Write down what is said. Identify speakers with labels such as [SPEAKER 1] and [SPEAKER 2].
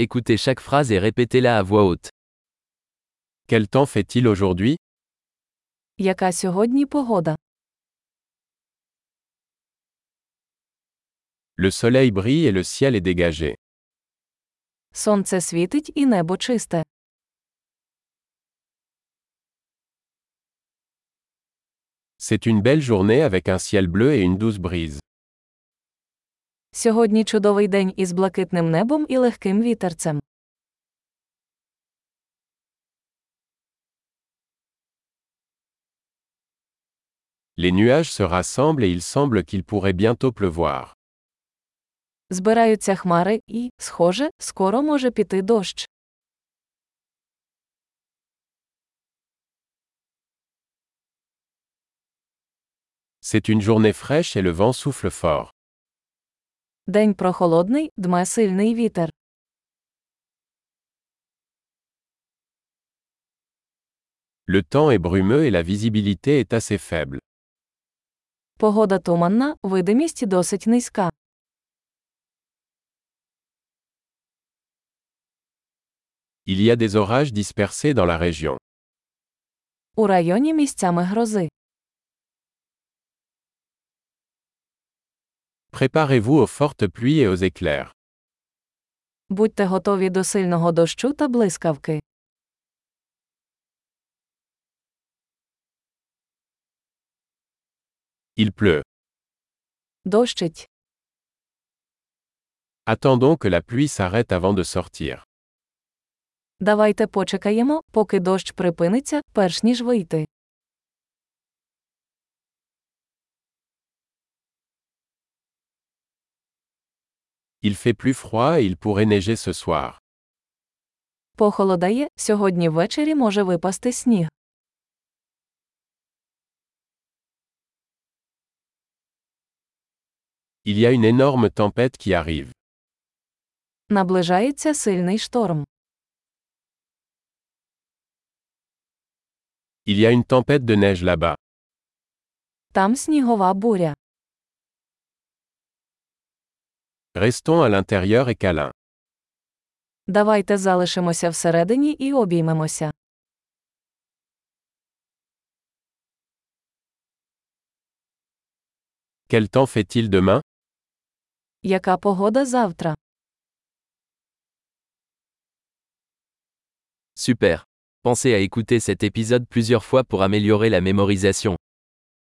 [SPEAKER 1] Écoutez chaque phrase et répétez-la à voix haute. Quel temps fait-il aujourd'hui
[SPEAKER 2] Яка сьогодні погода?
[SPEAKER 1] Le soleil brille et le ciel est dégagé.
[SPEAKER 2] Сонце світить і небо чисте.
[SPEAKER 1] C'est une belle journée avec un ciel bleu et une douce brise.
[SPEAKER 2] Сьогодні чудовий день із блакитним небом і легким вітерцем.
[SPEAKER 1] Les nuages se rassemblent et il semble qu'il pourrait bientôt pleuvoir.
[SPEAKER 2] Збираються хмари і, схоже, скоро може піти дощ.
[SPEAKER 1] C'est une journée fraîche et le vent souffle fort.
[SPEAKER 2] День прохолодний, дме сильний вітер.
[SPEAKER 1] Le temps est brumeux et la visibilité est assez faible.
[SPEAKER 2] Погода туманна, видимість досить низька.
[SPEAKER 1] Il y a des orages dispersés dans la région.
[SPEAKER 2] У районі місцями грози.
[SPEAKER 1] Préparez-vous aux fortes pluies et aux éclairs.
[SPEAKER 2] Будьте готові до сильного дощу та блискавки.
[SPEAKER 1] Il pleut.
[SPEAKER 2] Дощить.
[SPEAKER 1] Attendons que la pluie s'arrête avant de sortir.
[SPEAKER 2] Давайте почекаємо, поки дощ припиниться, перш ніж вийти.
[SPEAKER 1] Il fait plus froid et il pourrait neiger ce soir.
[SPEAKER 2] Похолодає, сьогодні ввечері може випасти сніг.
[SPEAKER 1] Il y a une énorme tempête qui arrive.
[SPEAKER 2] Наближається сильний шторм.
[SPEAKER 1] Il y a une tempête de neige là-bas.
[SPEAKER 2] Там снігова буря.
[SPEAKER 1] Restons à l'intérieur et câlin.
[SPEAKER 2] Давайте залишимося всередині і обіймемося.
[SPEAKER 1] Quel temps fait-il demain
[SPEAKER 2] Яка погода завтра?
[SPEAKER 3] Super. Pensez à écouter cet épisode plusieurs fois pour améliorer la mémorisation.